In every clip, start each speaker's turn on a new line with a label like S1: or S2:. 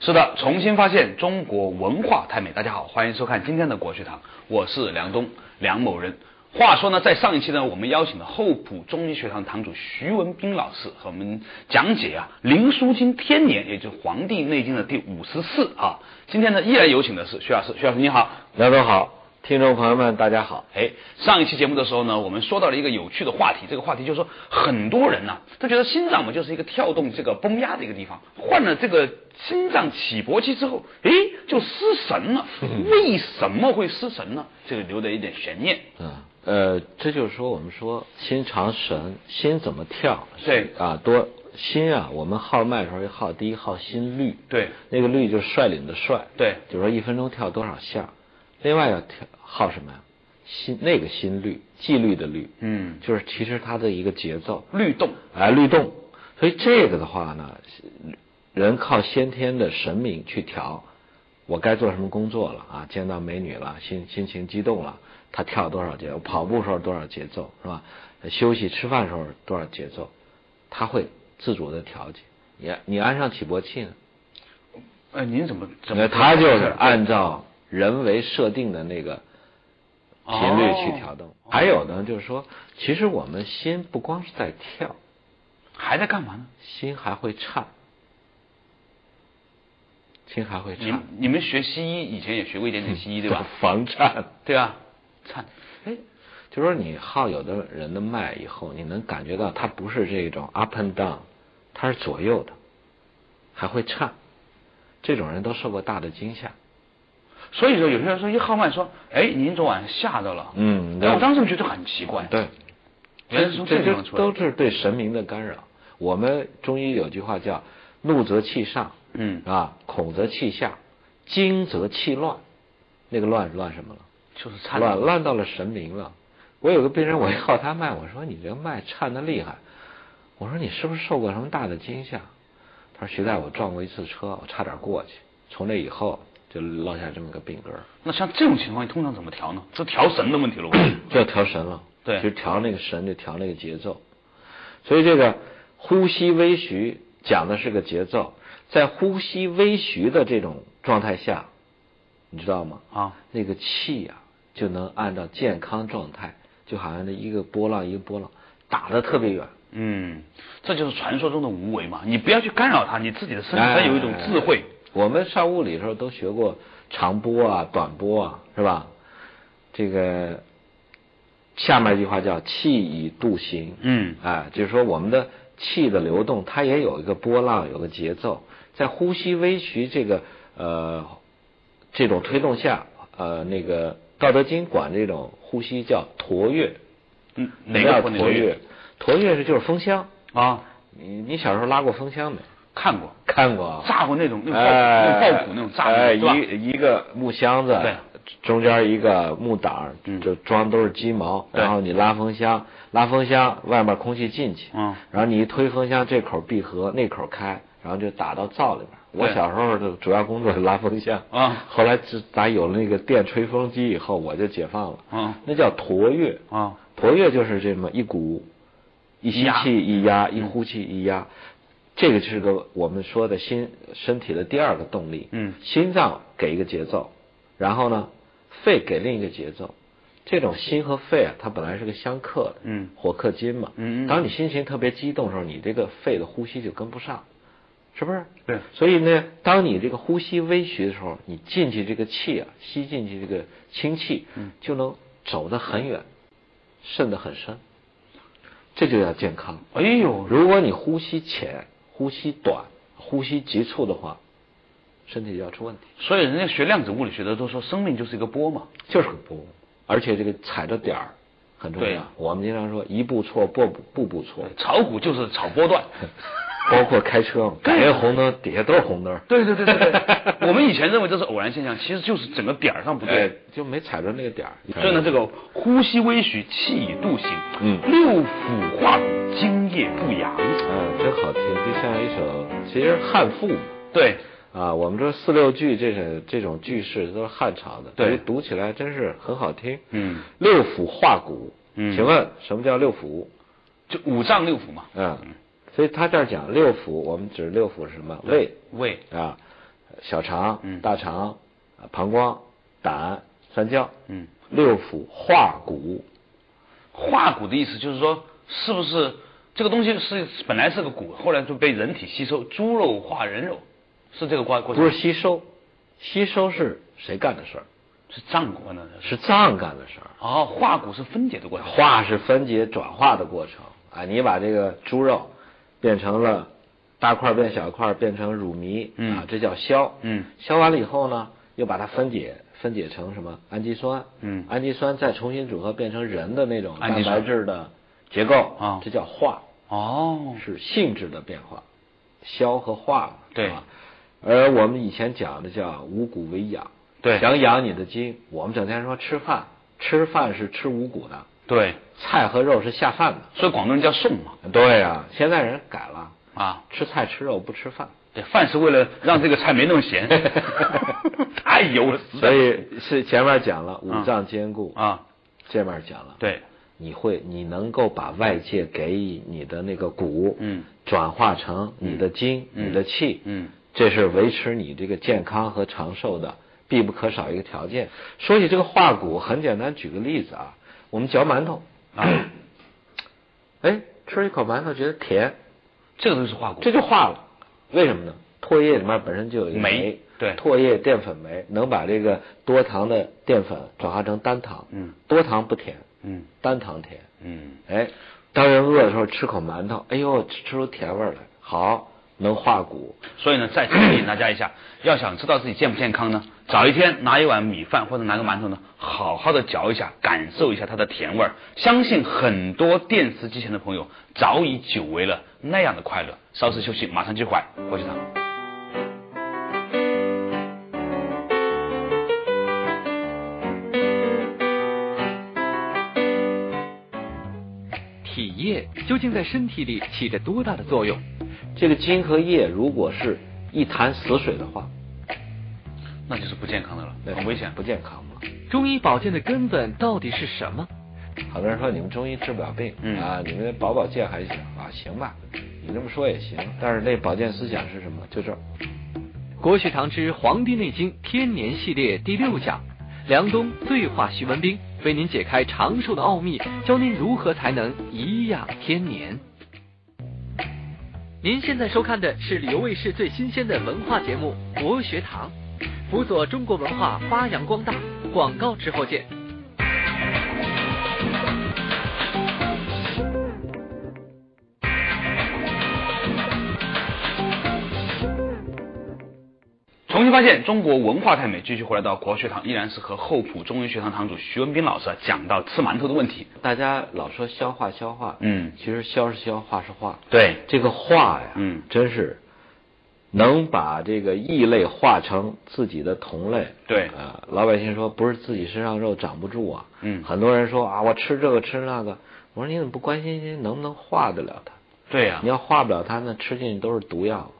S1: 是的，重新发现中国文化太美。大家好，欢迎收看今天的国学堂，我是梁东梁某人。话说呢，在上一期呢，我们邀请了厚朴中医学堂堂主徐文斌老师和我们讲解啊《灵枢经天年》，也就是《黄帝内经》的第五十四啊。今天呢，依然有请的是徐老师，徐老师你好。
S2: 梁总好，听众朋友们大家好。
S1: 哎，上一期节目的时候呢，我们说到了一个有趣的话题，这个话题就是说，很多人呐，他觉得心脏嘛就是一个跳动、这个崩压的一个地方，换了这个心脏起搏器之后，哎，就失神了。
S2: 嗯
S1: 为什么会失神呢？这个留着一点悬念。
S2: 嗯，呃，这就是说我们说心藏神，心怎么跳？
S1: 对
S2: 啊，多心啊，我们号脉的时候号第一号心率，
S1: 对
S2: 那个率就是率领的率，
S1: 对
S2: 就是说一分钟跳多少下。另外要跳号什么呀？心那个心率，纪律的律，
S1: 嗯，
S2: 就是其实它的一个节奏，
S1: 律动。
S2: 哎，律动。所以这个的话呢，人靠先天的神明去调，我该做什么工作了啊？见到美女了，心心情激动了，他跳多少节奏？跑步时候多少节奏是吧？休息吃饭时候多少节奏？他会自主的调节。你你安上起搏器呢？
S1: 呃，您怎么怎
S2: 那
S1: 么？
S2: 他就是按照人为设定的那个频率去调动。
S1: 哦
S2: 还有呢，就是说，其实我们心不光是在跳，
S1: 还在干嘛呢？
S2: 心还会颤，心还会
S1: 你们
S2: 颤，
S1: 你们学西医以前也学过一点 点西医对吧？？
S2: 防颤，
S1: 对啊吧？颤，哎，
S2: 就说你号有的人的脉以后，你能感觉到它不是这种 up and down，它是左右的，还会颤。这种人都受过大的惊吓。
S1: 所以说有些人说一号脉说，哎，您昨晚吓到了。
S2: 嗯
S1: 哎我当时就觉得很奇怪。
S2: 对，
S1: 原来是从这
S2: 哎这
S1: 个地方
S2: 就
S1: 出来的
S2: 都是对神明的干扰。我们中医有句话叫“怒则气上”，
S1: 嗯
S2: 啊，恐则气下，惊则气乱。那个乱是乱什么了？
S1: 就是颤
S2: 乱乱到了神明了。我有个病人，我一号他脉，我说你这个脉颤的厉害，我说你是不是受过什么大的惊吓？他说徐大夫，我撞过一次车，我差点过去，从那以后就落下这么个病根儿，
S1: 那像这种情况，你通常怎么调呢？这调神的问 题了，我
S2: 这要调神了。
S1: 对
S2: 就调那个神，就调那个节奏。所以这个呼吸微徐讲的是个节奏，在呼吸微徐的这种状态下，你知道吗？
S1: 啊，
S2: 那个气呀、就能按照健康状态，就好像那一个波浪一个波浪打得特别远。
S1: 嗯，这就是传说中的无为嘛。你不要去干扰它，你自己的身体
S2: 哎
S1: 它有一种智慧。
S2: 我们上物理的时候都学过长波啊、短波啊，是吧？这个下面一句话叫“气以度行”，
S1: 嗯
S2: 哎，就是说我们的气的流动，它也有一个波浪，有个节奏，在呼吸微徐这个呃这种推动下，呃，那个《道德经》管这种呼吸叫驼跃，
S1: 嗯，哪
S2: 什么
S1: 个
S2: 叫
S1: 魂
S2: 驼跃？驼跃是就是风箱，
S1: 啊？
S2: 你你小时候拉过风箱没？
S1: 看过，
S2: 看过啊。
S1: 炸过那种那种
S2: 哎
S1: 爆那种爆谷那种炸的
S2: 哎，
S1: 对吧
S2: 一一个木箱子
S1: 对，
S2: 中间一个木挡
S1: 嗯，
S2: 就装都是鸡毛，
S1: 对
S2: 然后你拉风箱，拉风箱外面空气进去，
S1: 嗯
S2: 然后你一推风箱，这口闭合，那口开，然后就打到灶里边。我
S1: 对
S2: 小时候的主要工作是拉风箱，
S1: 啊
S2: 后来自打有了那个电吹风机以后，我就解放了，
S1: 嗯
S2: 那叫驼跃，
S1: 啊，
S2: 驼跃就是这么一鼓，一吸
S1: 压
S2: 气一压，一呼气一压，这个是个我们说的心身体的第二个动力。
S1: 嗯
S2: 心脏给一个节奏，然后呢，肺给另一个节奏。这种心和肺啊，它本来是个相克的，
S1: 嗯
S2: 火克金嘛。
S1: 嗯嗯
S2: 当你心情特别激动的时候，你这个肺的呼吸就跟不上，是不是？
S1: 对
S2: 所以呢，当你这个呼吸微徐的时候，你进去这个气啊，吸进去这个清气，
S1: 嗯
S2: 就能走得很远，渗得很深，这就叫健康。
S1: 哎呦，
S2: 如果你呼吸浅、呼吸短、呼吸急促的话，身体就要出问题，
S1: 所以人家学量子物理学的都说生命就是一个波嘛。
S2: 就是个波。而且这个踩着点儿很重
S1: 对
S2: 要。我们经常说一步错，步步步步错，
S1: 炒股就是炒波段。
S2: 包括开车，
S1: 对
S2: 感觉红灯，底下都是红灯。
S1: 对对对对 对，我们以前认为这是偶然现象，其实就是整个点儿上不对。
S2: 哎，就没踩着那个点儿。
S1: 所以呢，这个呼吸微徐，气以度行，
S2: 嗯
S1: 六腑化骨，津液不扬。
S2: 嗯，真好听，就像一首，其实汉赋嘛
S1: 对，
S2: 啊，我们说四六句这种这种句式都是汉朝的，
S1: 对
S2: 所以读起来真是很好听。
S1: 嗯，
S2: 六腑化骨，
S1: 嗯
S2: 请问什么叫六腑？
S1: 就五脏六
S2: 嗯
S1: 腑嘛，
S2: 啊，所以他这儿讲六腑，我们指六腑是什么？胃
S1: 胃
S2: 啊，小肠、
S1: 嗯
S2: 大肠、呃膀胱、胆、三焦、
S1: 嗯，
S2: 六腑、化骨，
S1: 化骨的意思就是说，是不是这个东西是本来是个骨，后来就被人体吸收，猪肉化人肉，是这个过过程
S2: 不
S1: 吗？
S2: 是吸收，吸收是谁干的事儿？
S1: 是脏骨呢？是
S2: 是脏干的事儿。
S1: 哦，化骨是分解的过程。
S2: 化是分解转化的过程啊，你把这个猪肉变成了大块儿变小块儿，变成乳糜
S1: 嗯
S2: 啊，这叫消。
S1: 嗯
S2: 消完了以后呢，又把它分解分解成什么氨基酸？
S1: 嗯
S2: 氨基酸再重新组合变成人的那种
S1: 氨
S2: 蛋
S1: 基酸
S2: 白质的结构
S1: 啊
S2: 这叫化，
S1: 哦，
S2: 是性质的变化，消和化嘛
S1: 对
S2: 啊而我们以前讲的叫五谷为养，
S1: 对
S2: 想养你的筋，我们整天说吃饭，吃饭是吃五谷的，
S1: 对，
S2: 菜和肉是下饭的。
S1: 所以广东人叫送嘛
S2: 对啊，现在人改了，
S1: 啊，
S2: 吃菜吃肉不吃 饭，
S1: 对，饭是为了让这个菜没那么 咸，太油了，实在
S2: 所以是前面讲了五脏兼顾，
S1: 啊，
S2: 这面讲了，
S1: 对，
S2: 你会你能够把外界给予你的那个骨，
S1: 嗯，
S2: 转化成你的精、
S1: 嗯
S2: 你的气，
S1: 嗯，
S2: 这是维持你这个健康和长寿的必不可少一个条件。说起这个化骨，很简单，举个例子啊，我们嚼馒头，
S1: 啊，
S2: 哎，吃一口馒头觉得甜，
S1: 这个东西是化骨，
S2: 这就化了。为什么呢？唾液里面本身就有一个
S1: 酶
S2: 酶，
S1: 对
S2: 唾液淀粉酶能把这个多糖的淀粉转化成单糖，
S1: 嗯，
S2: 多糖不甜，
S1: 嗯
S2: 单糖甜，
S1: 嗯，
S2: 哎，当人饿的时候吃口馒头，哎呦，吃出甜味儿来，好，能化骨，
S1: 所以呢，再提醒大家一下， 要想知道自己健不健康呢，早一天拿一碗米饭或者拿个馒头呢，好好的嚼一下，感受一下它的甜味儿。相信很多电视机前的朋友早已久违了那样的快乐。稍事休息，马上就回来，国学堂。
S3: 体液究竟在身体里起着多大的作用？
S2: 这个筋和液如果是一潭死水的话，
S1: 那就是不健康的了，
S2: 那
S1: 很危险。
S2: 不健康嘛。
S3: 中医保健的根本到底是什么？
S2: 好多人说你们中医治不了病、
S1: 嗯
S2: 啊，你们保保健还行啊，行吧，你这么说也行，但是那保健思想是什么？就这儿。
S3: 国学堂之《黄帝内经》天年系列第六讲，梁冬对话徐文兵，为您解开长寿的奥秘，教您如何才能颐养天年。您现在收看的是旅游卫视最新鲜的文化节目《国学堂》，辅佐中国文化发扬光大。广告之后见。
S1: 重新发现中国文化太美，继续回来到国学堂，依然是和厚朴中医学堂堂主徐文斌老师啊讲到吃馒头的问题。
S2: 大家老说消化消化，
S1: 嗯
S2: 其实消是消，化是化。
S1: 对
S2: 这个化呀，
S1: 嗯
S2: 真是能把这个异类化成自己的同类。
S1: 对
S2: 啊、老百姓说不是自己身上肉长不住啊。
S1: 嗯
S2: 很多人说啊，我吃这个吃那个，我说你怎么不关心心能不能化得了它？
S1: 对呀、
S2: 你要化不了它，那吃进去都是毒药，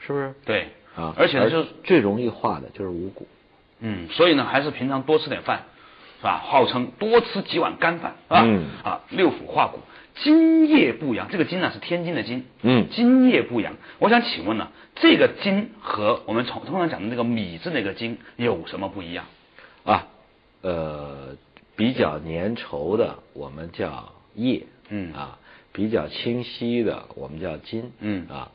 S2: 是不是？
S1: 对
S2: 啊，
S1: 而且呢就是
S2: 最容易化的就是五谷。
S1: 嗯，所以呢，还是平常多吃点饭，是吧？号称多吃几碗干饭啊、
S2: 嗯
S1: 啊，六腑化骨，津液不扬，这个津呢是天津的津，
S2: 嗯
S1: 津液不扬。我想请问呢，这个津和我们通通常讲的那个米字那个津有什么不一样？
S2: 啊，呃，比较粘稠的我们叫液，
S1: 嗯
S2: 啊，比较清晰的我们叫筋，
S1: 嗯
S2: 啊，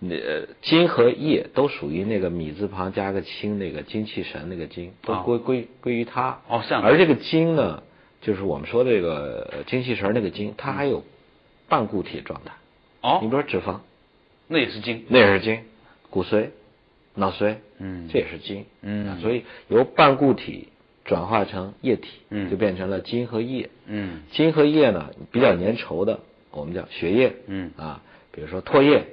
S2: 那呃筋和液都属于那个米字旁加个清那个精气神那个精，都
S1: 哦
S2: 归、归归于它。
S1: 哦这样
S2: 而这个精呢，就是我们说这个呃精气神那个精，它还有半固体状态。
S1: 嗯
S2: 你
S1: 哦
S2: 比，如说脂肪，
S1: 那也是津，
S2: 那也是筋，骨髓、脑髓，
S1: 嗯
S2: 这也是筋，
S1: 嗯
S2: 啊所以由半固体转化成液体，
S1: 嗯
S2: 就变成了筋和液，
S1: 嗯
S2: 筋和液呢比较粘稠的，我们叫血液，
S1: 嗯
S2: 啊，比如说唾液，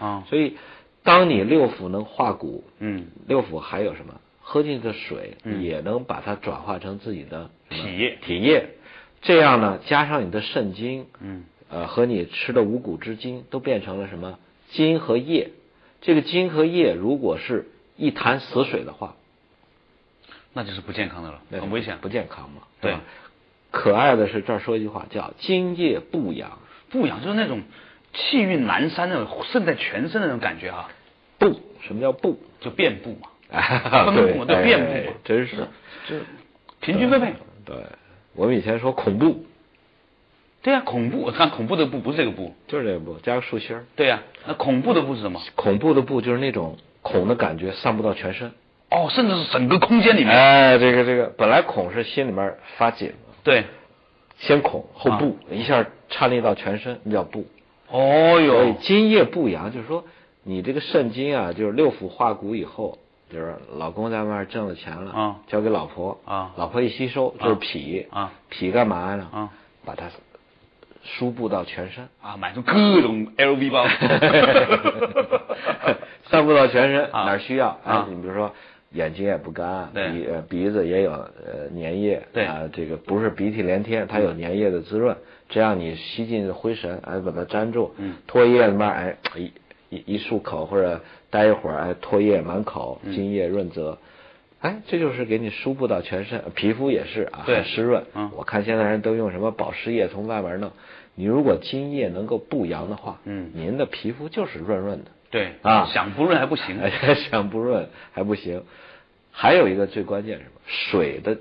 S1: 啊，
S2: 所以当你六腑能化骨，
S1: 嗯，
S2: 六腑还有什么？喝进去的水
S1: 嗯
S2: 也能把它转化成自己的什么
S1: 体液
S2: 体液，这样呢，加上你的肾精，
S1: 嗯，
S2: 呃，和你吃的五谷之精都变成了什么精和液？这个精和液如果是一潭死水的话，
S1: 那就是不健康的了，
S2: 那
S1: 很危险，
S2: 不健康嘛。
S1: 对
S2: 是吧可爱的是这儿说一句话叫“精液不养
S1: 不养就是那种气运阑珊那种，渗在全身的那种感觉哈、啊
S2: 不”，什么叫不？
S1: 就遍布嘛，
S2: 啊，
S1: 分布嘛，
S2: 对，
S1: 就遍
S2: 哎
S1: 布嘛，
S2: 真是
S1: 就是平均分配。
S2: 嗯对。我们以前说恐怖，
S1: 对呀、恐怖，看恐怖的不不是这个不，
S2: 就是这个不，加个竖心儿。
S1: 对呀、那恐怖的不是什么？
S2: 恐怖的不就是那种恐的感觉散布到全身。
S1: 哦，甚至是整个空间里面。
S2: 哎，这个这个，本来恐是心里面发紧，
S1: 对，
S2: 先恐
S1: 啊
S2: 后怖，一下颤栗到全身，那叫怖。
S1: 哦
S2: 所以
S1: 哟，
S2: 津液不扬，就是说你这个肾经啊，就是六腑化骨以后，就是老公在外面挣了钱了，
S1: 啊
S2: 交给老婆，
S1: 啊
S2: 老婆一吸收就是脾，
S1: 啊
S2: 脾干嘛呢？
S1: 啊
S2: 把它输布到全身，
S1: 啊，买出各种 LV 包，
S2: 散布到全身，
S1: 啊
S2: 哪儿需要？哎
S1: 啊
S2: 你比如说。眼睛也不干，
S1: 对
S2: 鼻呃鼻子也有呃粘液，
S1: 对嗯
S2: 啊、这个不是鼻涕连天，它有粘液的滋润，这样你吸进灰尘，哎，把它粘住，
S1: 嗯
S2: 唾液里面哎一一一漱口或者待一会儿，哎，唾液满口，
S1: 嗯
S2: 津液润泽，哎，这就是给你输布到全身，皮肤也是啊，
S1: 对
S2: 很湿润。
S1: 嗯
S2: 我看现在人都用什么保湿液从外面弄，你如果津液能够不扬的话，
S1: 嗯
S2: 您的皮肤就是润润的。
S1: 对
S2: 啊
S1: 想不润还不行。
S2: 哎， 想不润还不行。还有一个最关键是什么？水的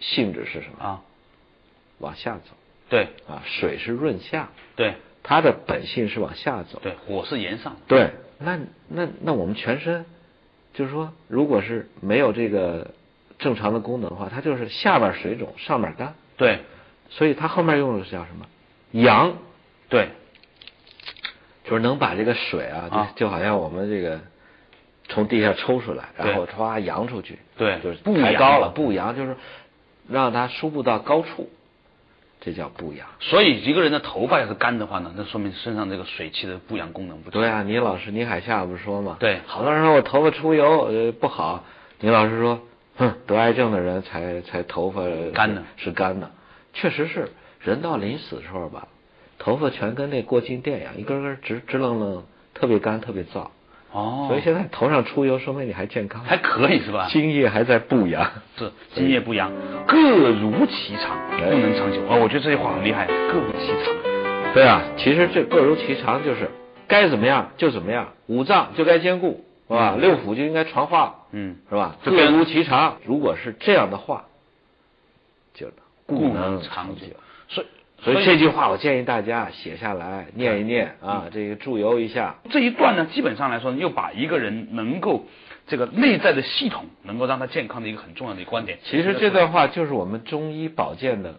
S2: 性质是什么？
S1: 啊，
S2: 往下走
S1: 对
S2: 啊，水是润下，
S1: 对
S2: 它的本性是往下走。
S1: 对，火是炎上，
S2: 对，那那那我们全身，就是说，如果是没有这个正常的功能的话，它就是下边水肿，上面干，
S1: 对
S2: 所以它后面用的是叫什么？阳，
S1: 对
S2: 就是能把这个水啊，
S1: 啊
S2: 就就好像我们这个从地下抽出来，
S1: 对
S2: 然后歘扬出去，
S1: 对
S2: 就是
S1: 不
S2: 抬
S1: 扬
S2: 高
S1: 了
S2: 了，不扬就是让它输布到高处，这叫不扬。
S1: 所以一个人的头发要是干的话呢，那说明身上这个水气的补养功能不
S2: 对啊，倪老师倪海厦不是说嘛，
S1: 对
S2: 好多人说我头发出油，呃，不好。倪老师说，哼，得癌症的人才才头发
S1: 干的
S2: 是干的，确实是。人到临死的时候吧，头发全跟那过静电一样，一根根直直愣愣，特别干，特别燥。
S1: 哦，
S2: 所以现在头上出油，说明你还健康，
S1: 还可以是吧？
S2: 精液还在补阳。
S1: 是今夜不扬，各如其长，
S2: 哎
S1: 不能长久啊！我觉得这句话很厉害，各如其长。
S2: 对啊，其实这各如其长，就是该怎么样就怎么样，五脏就该兼顾，是吧？六腑就应该传化，
S1: 嗯
S2: 是吧？
S1: 就
S2: 各
S1: 跟
S2: 如其长，如果是这样的话，就
S1: 故
S2: 能
S1: 能长久。所以，
S2: 所以这句话，我建议大家写下来，念一念啊，这个祝由一下。
S1: 这一段呢，基本上来说呢，又把一个人能够这个内在的系统能够让他健康的一个很重要的一个观点。
S2: 其实这段话就是我们中医保健的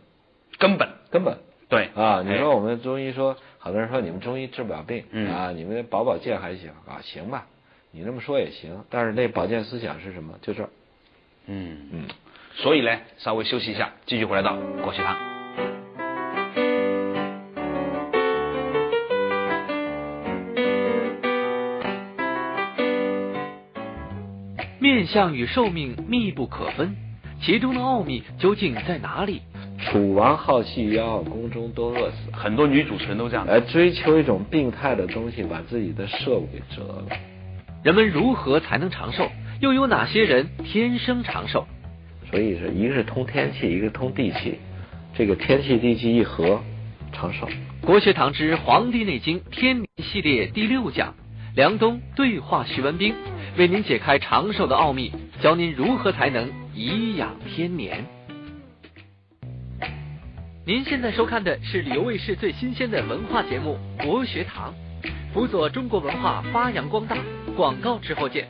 S1: 根本
S2: 根本
S1: 对
S2: 啊。你说
S1: 哎
S2: 我们中医说，好多人说你们中医治不了病
S1: 嗯
S2: 啊，你们保保健还行啊，行吧，你这么说也行。但是那保健思想是什么？就这儿。
S1: 嗯
S2: 嗯，
S1: 所以呢，稍微休息一下，继续回来到国学堂。
S3: 面相与寿命密不可分，其中的奥秘究竟在哪里？
S2: 楚王好细腰，宫中多饿死。
S1: 很多女主持人都这样的
S2: 来追求一种病态的东西，把自己的寿给折了。
S3: 人们如何才能长寿？又有哪些人天生长寿？
S2: 所以是一个是通天气，一个通地气，这个天气地气一合，长寿。
S3: 国学堂之《黄帝内经·天年系列》第六讲，梁冬对话徐文兵，为您解开长寿的奥秘，教您如何才能颐养天年。您现在收看的是旅游卫视最新鲜的文化节目《国学堂》，辅佐中国文化发扬光大。广告之后见。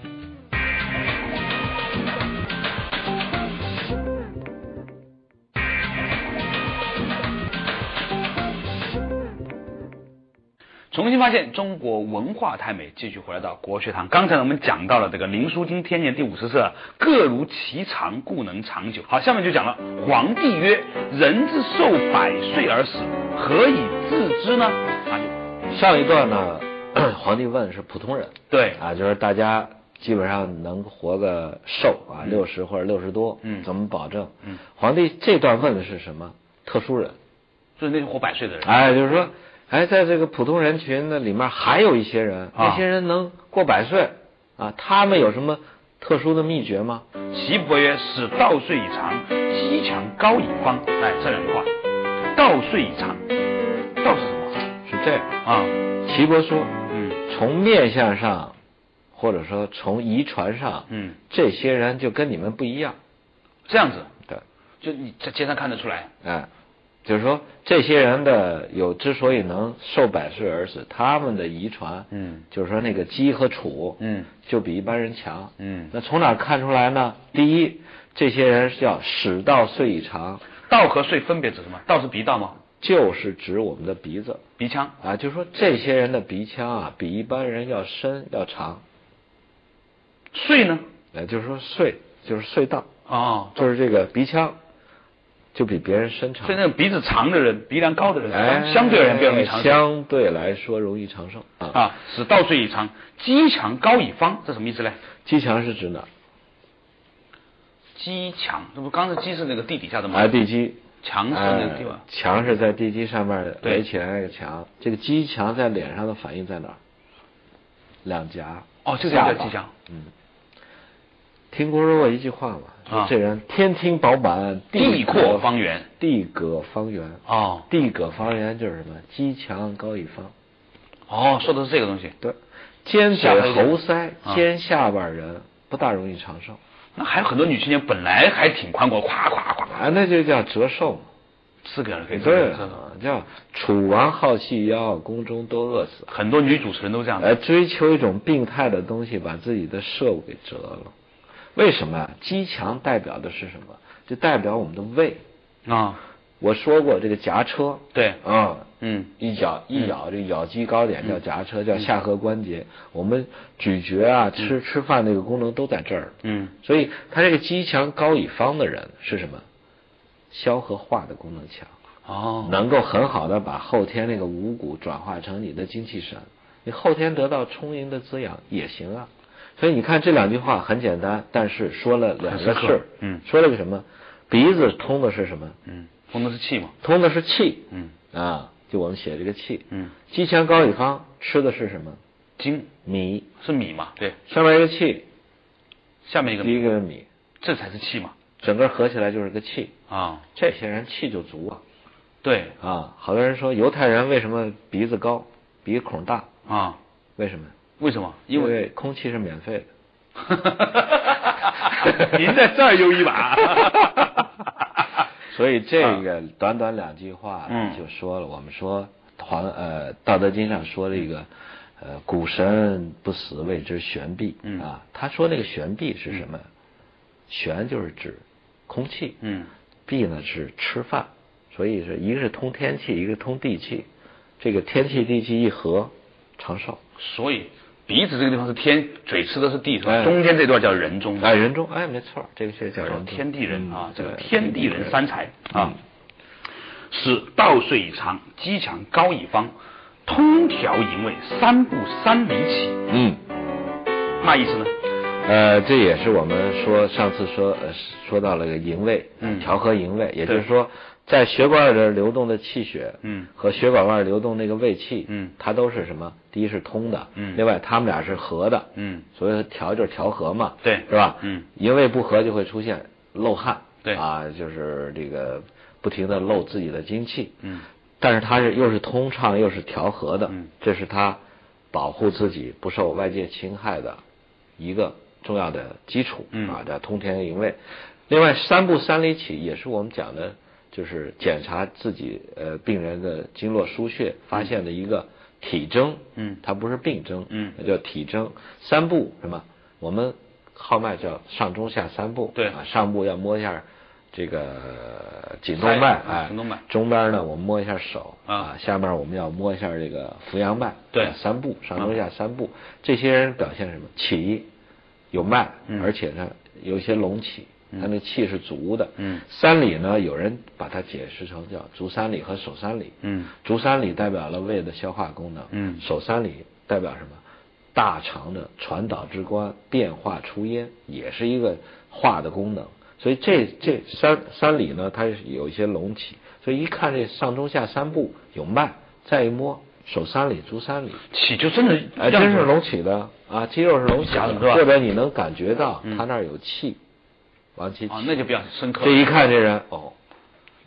S1: 重新发现中国文化太美，继续回来到国学堂。刚才呢我们讲到了这个《灵枢经·天年》第五十册，各如其长，故能长久。好，下面就讲了，皇帝曰：“人之寿百岁而死，何以自知呢？”啊，
S2: 上一段呢， 皇帝问是普通人，
S1: 对
S2: 啊，就是大家基本上能活个寿啊，六十或者六十多，
S1: 嗯
S2: 怎么保证？
S1: 嗯
S2: 皇帝这段问的是什么？特殊人，
S1: 就是那些活百岁的人，
S2: 哎，就是说，哎，在这个普通人群的里面，还有一些人，
S1: 啊
S2: 那些人能过百岁啊，他们有什么特殊的秘诀吗？
S1: 岐伯曰：“使道岁以长，机强高以方。”哎，这两句话，道岁以长，道是什么
S2: 是这样，
S1: 啊？
S2: 岐伯说，
S1: 嗯
S2: 从面相上，或者说从遗传上，
S1: 嗯，
S2: 这些人就跟你们不一样，
S1: 这样子，
S2: 对，
S1: 就你在街上看得出来，
S2: 哎，就是说这些人的有之所以能受百岁而死，他们的遗传，
S1: 嗯
S2: 就是说那个基和储，
S1: 嗯
S2: 就比一般人强，
S1: 嗯
S2: 那从哪儿看出来呢？第一，这些人是叫始到岁已长，
S1: 道和税分别指什么？道是鼻道吗？
S2: 就是指我们的鼻子
S1: 鼻腔？
S2: 啊，就说这些人的鼻腔啊，比一般人要深要长，
S1: 税呢？
S2: 也就是说隧就是隧道，
S1: 哦，
S2: 就是这个鼻腔就比别人深长
S1: 所以。那种鼻子长的人、鼻梁高的人，啊
S2: 哎，
S1: 相对而言比较容易长寿
S2: 相对来说容易长寿啊。
S1: 啊。使道岁以长，机强高以方，这什么意思呢？
S2: 机强是指哪儿？
S1: 机强，这不刚才机是那个地底下的吗？
S2: 啊，地基。
S1: 强是那个地
S2: 哎
S1: 方，
S2: 墙是在地基上面
S1: 对
S2: 垒起来那个墙，这个机墙在脸上的反应在哪儿？两颊。
S1: 哦这个
S2: 下
S1: 叫
S2: 巴
S1: 机墙。
S2: 嗯。听过说过一句话嘛，说
S1: 啊
S2: 这人天听饱满，
S1: 地阔
S2: 阔
S1: 方圆，
S2: 地葛方圆。
S1: 哦
S2: 地葛方圆就是什么？机强高一方。
S1: 哦，说的是这个东西，
S2: 对，尖
S1: 下巴有
S2: 嘴
S1: 点
S2: 猴腮
S1: 啊，
S2: 尖下巴人不大容易长寿
S1: 那还有很多女青年本来还挺宽广，夸夸夸，
S2: 啊，那就叫折寿嘛。
S1: 是个人可以这
S2: 对
S1: 么说
S2: 啊，叫楚王好细腰，宫中多饿死。
S1: 很多女主持人都这样
S2: 来
S1: 的，
S2: 追求一种病态的东西，把自己的寿给折了。为什么啊？机强代表的是什么？就代表我们的胃。哎
S1: 啊，
S2: 我说过这个夹车，
S1: 对
S2: 啊、
S1: 嗯
S2: 一咬一咬，这咬肌高点叫夹车，叫下颌关节。我们咀嚼啊，吃吃饭那个功能都在这儿。
S1: 嗯
S2: 所以他这个肌强高以方的人是什么？消和化的功能强，
S1: 哦，
S2: 能够很好的把后天那个五谷转化成你的精气神，你后天得到充盈的滋养也行啊。所以你看这两句话很简单，但是说了两个
S1: 很深
S2: 事
S1: 刻
S2: 儿，
S1: 嗯
S2: 说了个什么？鼻子通的是什么？
S1: 嗯，风的是气嘛，
S2: 通的是气，
S1: 嗯
S2: 啊，就我们写这个气，
S1: 嗯，
S2: 鸡强高以方吃的是什么？
S1: 金
S2: 米，
S1: 是米嘛，对，
S2: 上面一个气，
S1: 下面一个
S2: 第一个是米，
S1: 这才是气嘛，
S2: 整个合起来就是个气，
S1: 啊，
S2: 这些人气就足啊。
S1: 对
S2: 啊，好多人说犹太人为什么鼻子高、鼻孔大？
S1: 啊，
S2: 为什么？
S1: 为什么？因
S2: 因
S1: 为
S2: 为空气是 免费的。
S1: 您在这儿有一把，
S2: 所以这
S1: 啊
S2: 个短短两句话
S1: 嗯
S2: 就说了，我们说黄呃《道德经》上说了一
S1: 嗯
S2: 个呃古神不死谓之玄蔽
S1: 嗯
S2: 啊，他说那个玄蔽是什么？玄就是指空气，
S1: 嗯，
S2: 蔽呢是吃饭，所以是一个是通天气，一个通地气，这个天气地气一合，长寿。
S1: 所以鼻子这个地方是天，嘴吃的是地，是吧？
S2: 哎
S1: 中间这段叫人中，
S2: 哎，人中，哎，没错，这个是叫人中
S1: 天地人啊
S2: 嗯，
S1: 这个
S2: 对嗯
S1: 天地人三才啊，使道岁以长，机强高以方，通调营卫，三步三里起，
S2: 嗯，
S1: 嘛意思呢？
S2: 呃，这也是我们说上次说呃说到了个营卫，
S1: 嗯
S2: 调和营卫，也就是
S1: 对
S2: 说在血管里流动的气血，
S1: 嗯
S2: 和血管外流动那个胃气，
S1: 嗯
S2: 它都是什么？第一是通的，
S1: 嗯
S2: 另外它们俩是合的，
S1: 嗯
S2: 所以调就是调和嘛，
S1: 对
S2: 是吧？
S1: 嗯
S2: 营卫不和就会出现漏汗，
S1: 对
S2: 啊，就是这个不停的漏自己的精气，
S1: 嗯，
S2: 但是它是又是通畅又是调和的，
S1: 嗯
S2: 这是它保护自己不受外界侵害的一个重要的基础、
S1: 嗯
S2: 啊，叫通天营卫。另外，三步三里起也是我们讲的，就是检查自己呃病人的经络腧穴发现的一个体征，
S1: 嗯
S2: 它不是病征，
S1: 嗯
S2: 它叫体征。三步什么？我们号脉叫上中下三步，
S1: 对
S2: 啊，上部要摸一下这个颈动
S1: 腮
S2: 脉，
S1: 嗯
S2: 哎，
S1: 颈动脉
S2: 中边呢，我们摸一下手
S1: 啊
S2: 下面我们要摸一下这个扶阳脉，
S1: 对
S2: 啊三步
S1: 嗯
S2: 上中下三步，这些人表现什么？起有脉，
S1: 嗯
S2: 而且呢有一些隆起，他那气是足的。
S1: 嗯
S2: 三里呢，有人把它解释成叫足三里和手三里。
S1: 嗯
S2: 足三里代表了胃的消化功能。
S1: 嗯
S2: 手三里代表什么？大肠的传导之官，变化出焉，也是一个化的功能。所以这
S1: 嗯
S2: 这三三里呢，它是有一些隆起，所以一看这上中下三部有脉，再一摸手三里、足三里，
S1: 起就真的
S2: 哎，
S1: 这样
S2: 真
S1: 子
S2: 是隆起的啊，肌肉是隆起
S1: 假
S2: 的
S1: 的是吧，
S2: 或者你能感觉到
S1: 嗯
S2: 他那儿有气，往起起
S1: 啊，那就比较深刻了。
S2: 这一看这人哦，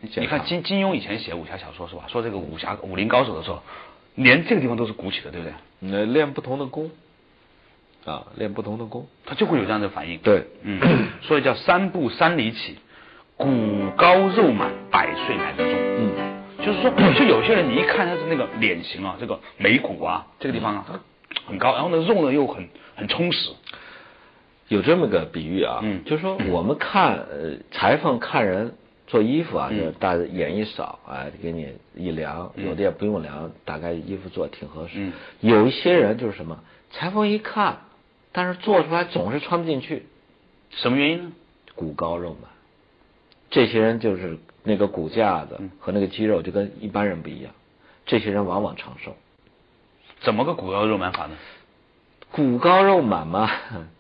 S1: 你看金金庸以前写武侠小说是吧？说这个武侠
S2: 嗯
S1: 武林高手的时候，连这个地方都是鼓起的，对不对？
S2: 你练不同的功，啊，练不同的功。
S1: 他就会有这样的反应。
S2: 对
S1: 嗯，所以叫三步三里起，骨高肉满，百岁乃得中。
S2: 嗯，
S1: 就是说，就有些人你一看他的那个脸型啊，这个眉骨啊，这个地方啊，
S2: 嗯
S1: 他很高，然后呢肉呢又很很充实。
S2: 有这么个比喻啊，
S1: 嗯
S2: 就是说我们看呃裁缝看人做衣服啊，
S1: 嗯
S2: 就是大家眼一扫啊，给你一量，
S1: 嗯
S2: 有的也不用量，大概衣服做挺合适。
S1: 嗯
S2: 有一些人就是什么裁缝一看，但是做出来总是穿不进去，
S1: 什么原因呢？
S2: 骨高肉满，这些人就是那个骨架子
S1: 嗯
S2: 和那个肌肉就跟一般人不一样，这些人往往长寿。
S1: 怎么个骨高肉满法呢？
S2: 骨高肉满嘛，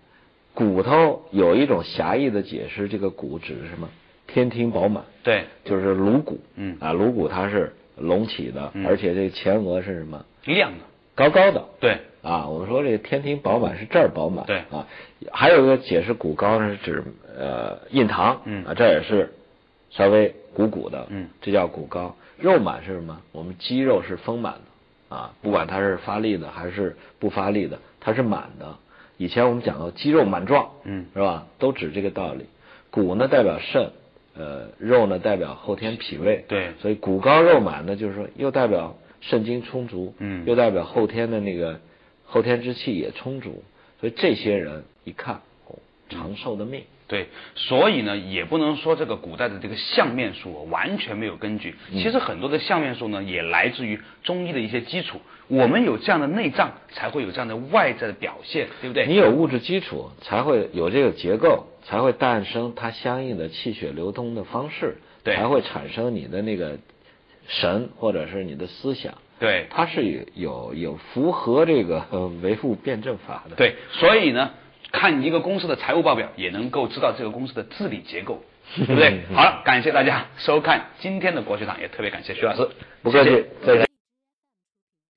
S2: 骨头有一种狭义的解释，这个骨指什么？天庭饱满，
S1: 对，
S2: 就是颅骨，
S1: 嗯
S2: 啊，颅骨它是隆起的，
S1: 嗯
S2: 而且这前额是什么？
S1: 亮的，
S2: 高高的，
S1: 对，
S2: 啊，我们说这天庭饱满是这儿饱满，
S1: 对
S2: 啊，还有一个解释骨高呢是指呃印堂，
S1: 嗯
S2: 啊，这也是稍微鼓鼓的，
S1: 嗯
S2: 这叫骨高。肉满是什么？我们肌肉是丰满的啊，不管它是发力的还是不发力的，它是满的。以前我们讲过肌肉满壮，
S1: 嗯
S2: 是吧？都指这个道理。骨呢代表肾，呃，肉呢代表后天脾胃，
S1: 对
S2: 所以骨高肉满呢，就是说又代表肾精充足，
S1: 嗯
S2: 又代表后天的那个后天之气也充足，所以这些人一看，哦，长寿的命。
S1: 对，所以呢，也不能说这个古代的这个相面术哦完全没有根据。
S2: 嗯
S1: 其实很多的相面术呢，也来自于中医的一些基础。我们有这样的内脏，才会有这样的外在的表现，对不对？
S2: 你有物质基础，才会有这个结构，才会诞生它相应的气血流通的方式，
S1: 对
S2: 才会产生你的那个神或者是你的思想。
S1: 对
S2: 它是有有有符合这个 呃维护辩证法的。
S1: 对，所以呢，看一个公司的财务报表，也能够知道这个公司的治理结构， 对不对？好了，感谢大家收看今天的国学堂，也特别感谢徐老师，
S2: 不客气
S1: 谢谢
S2: 再见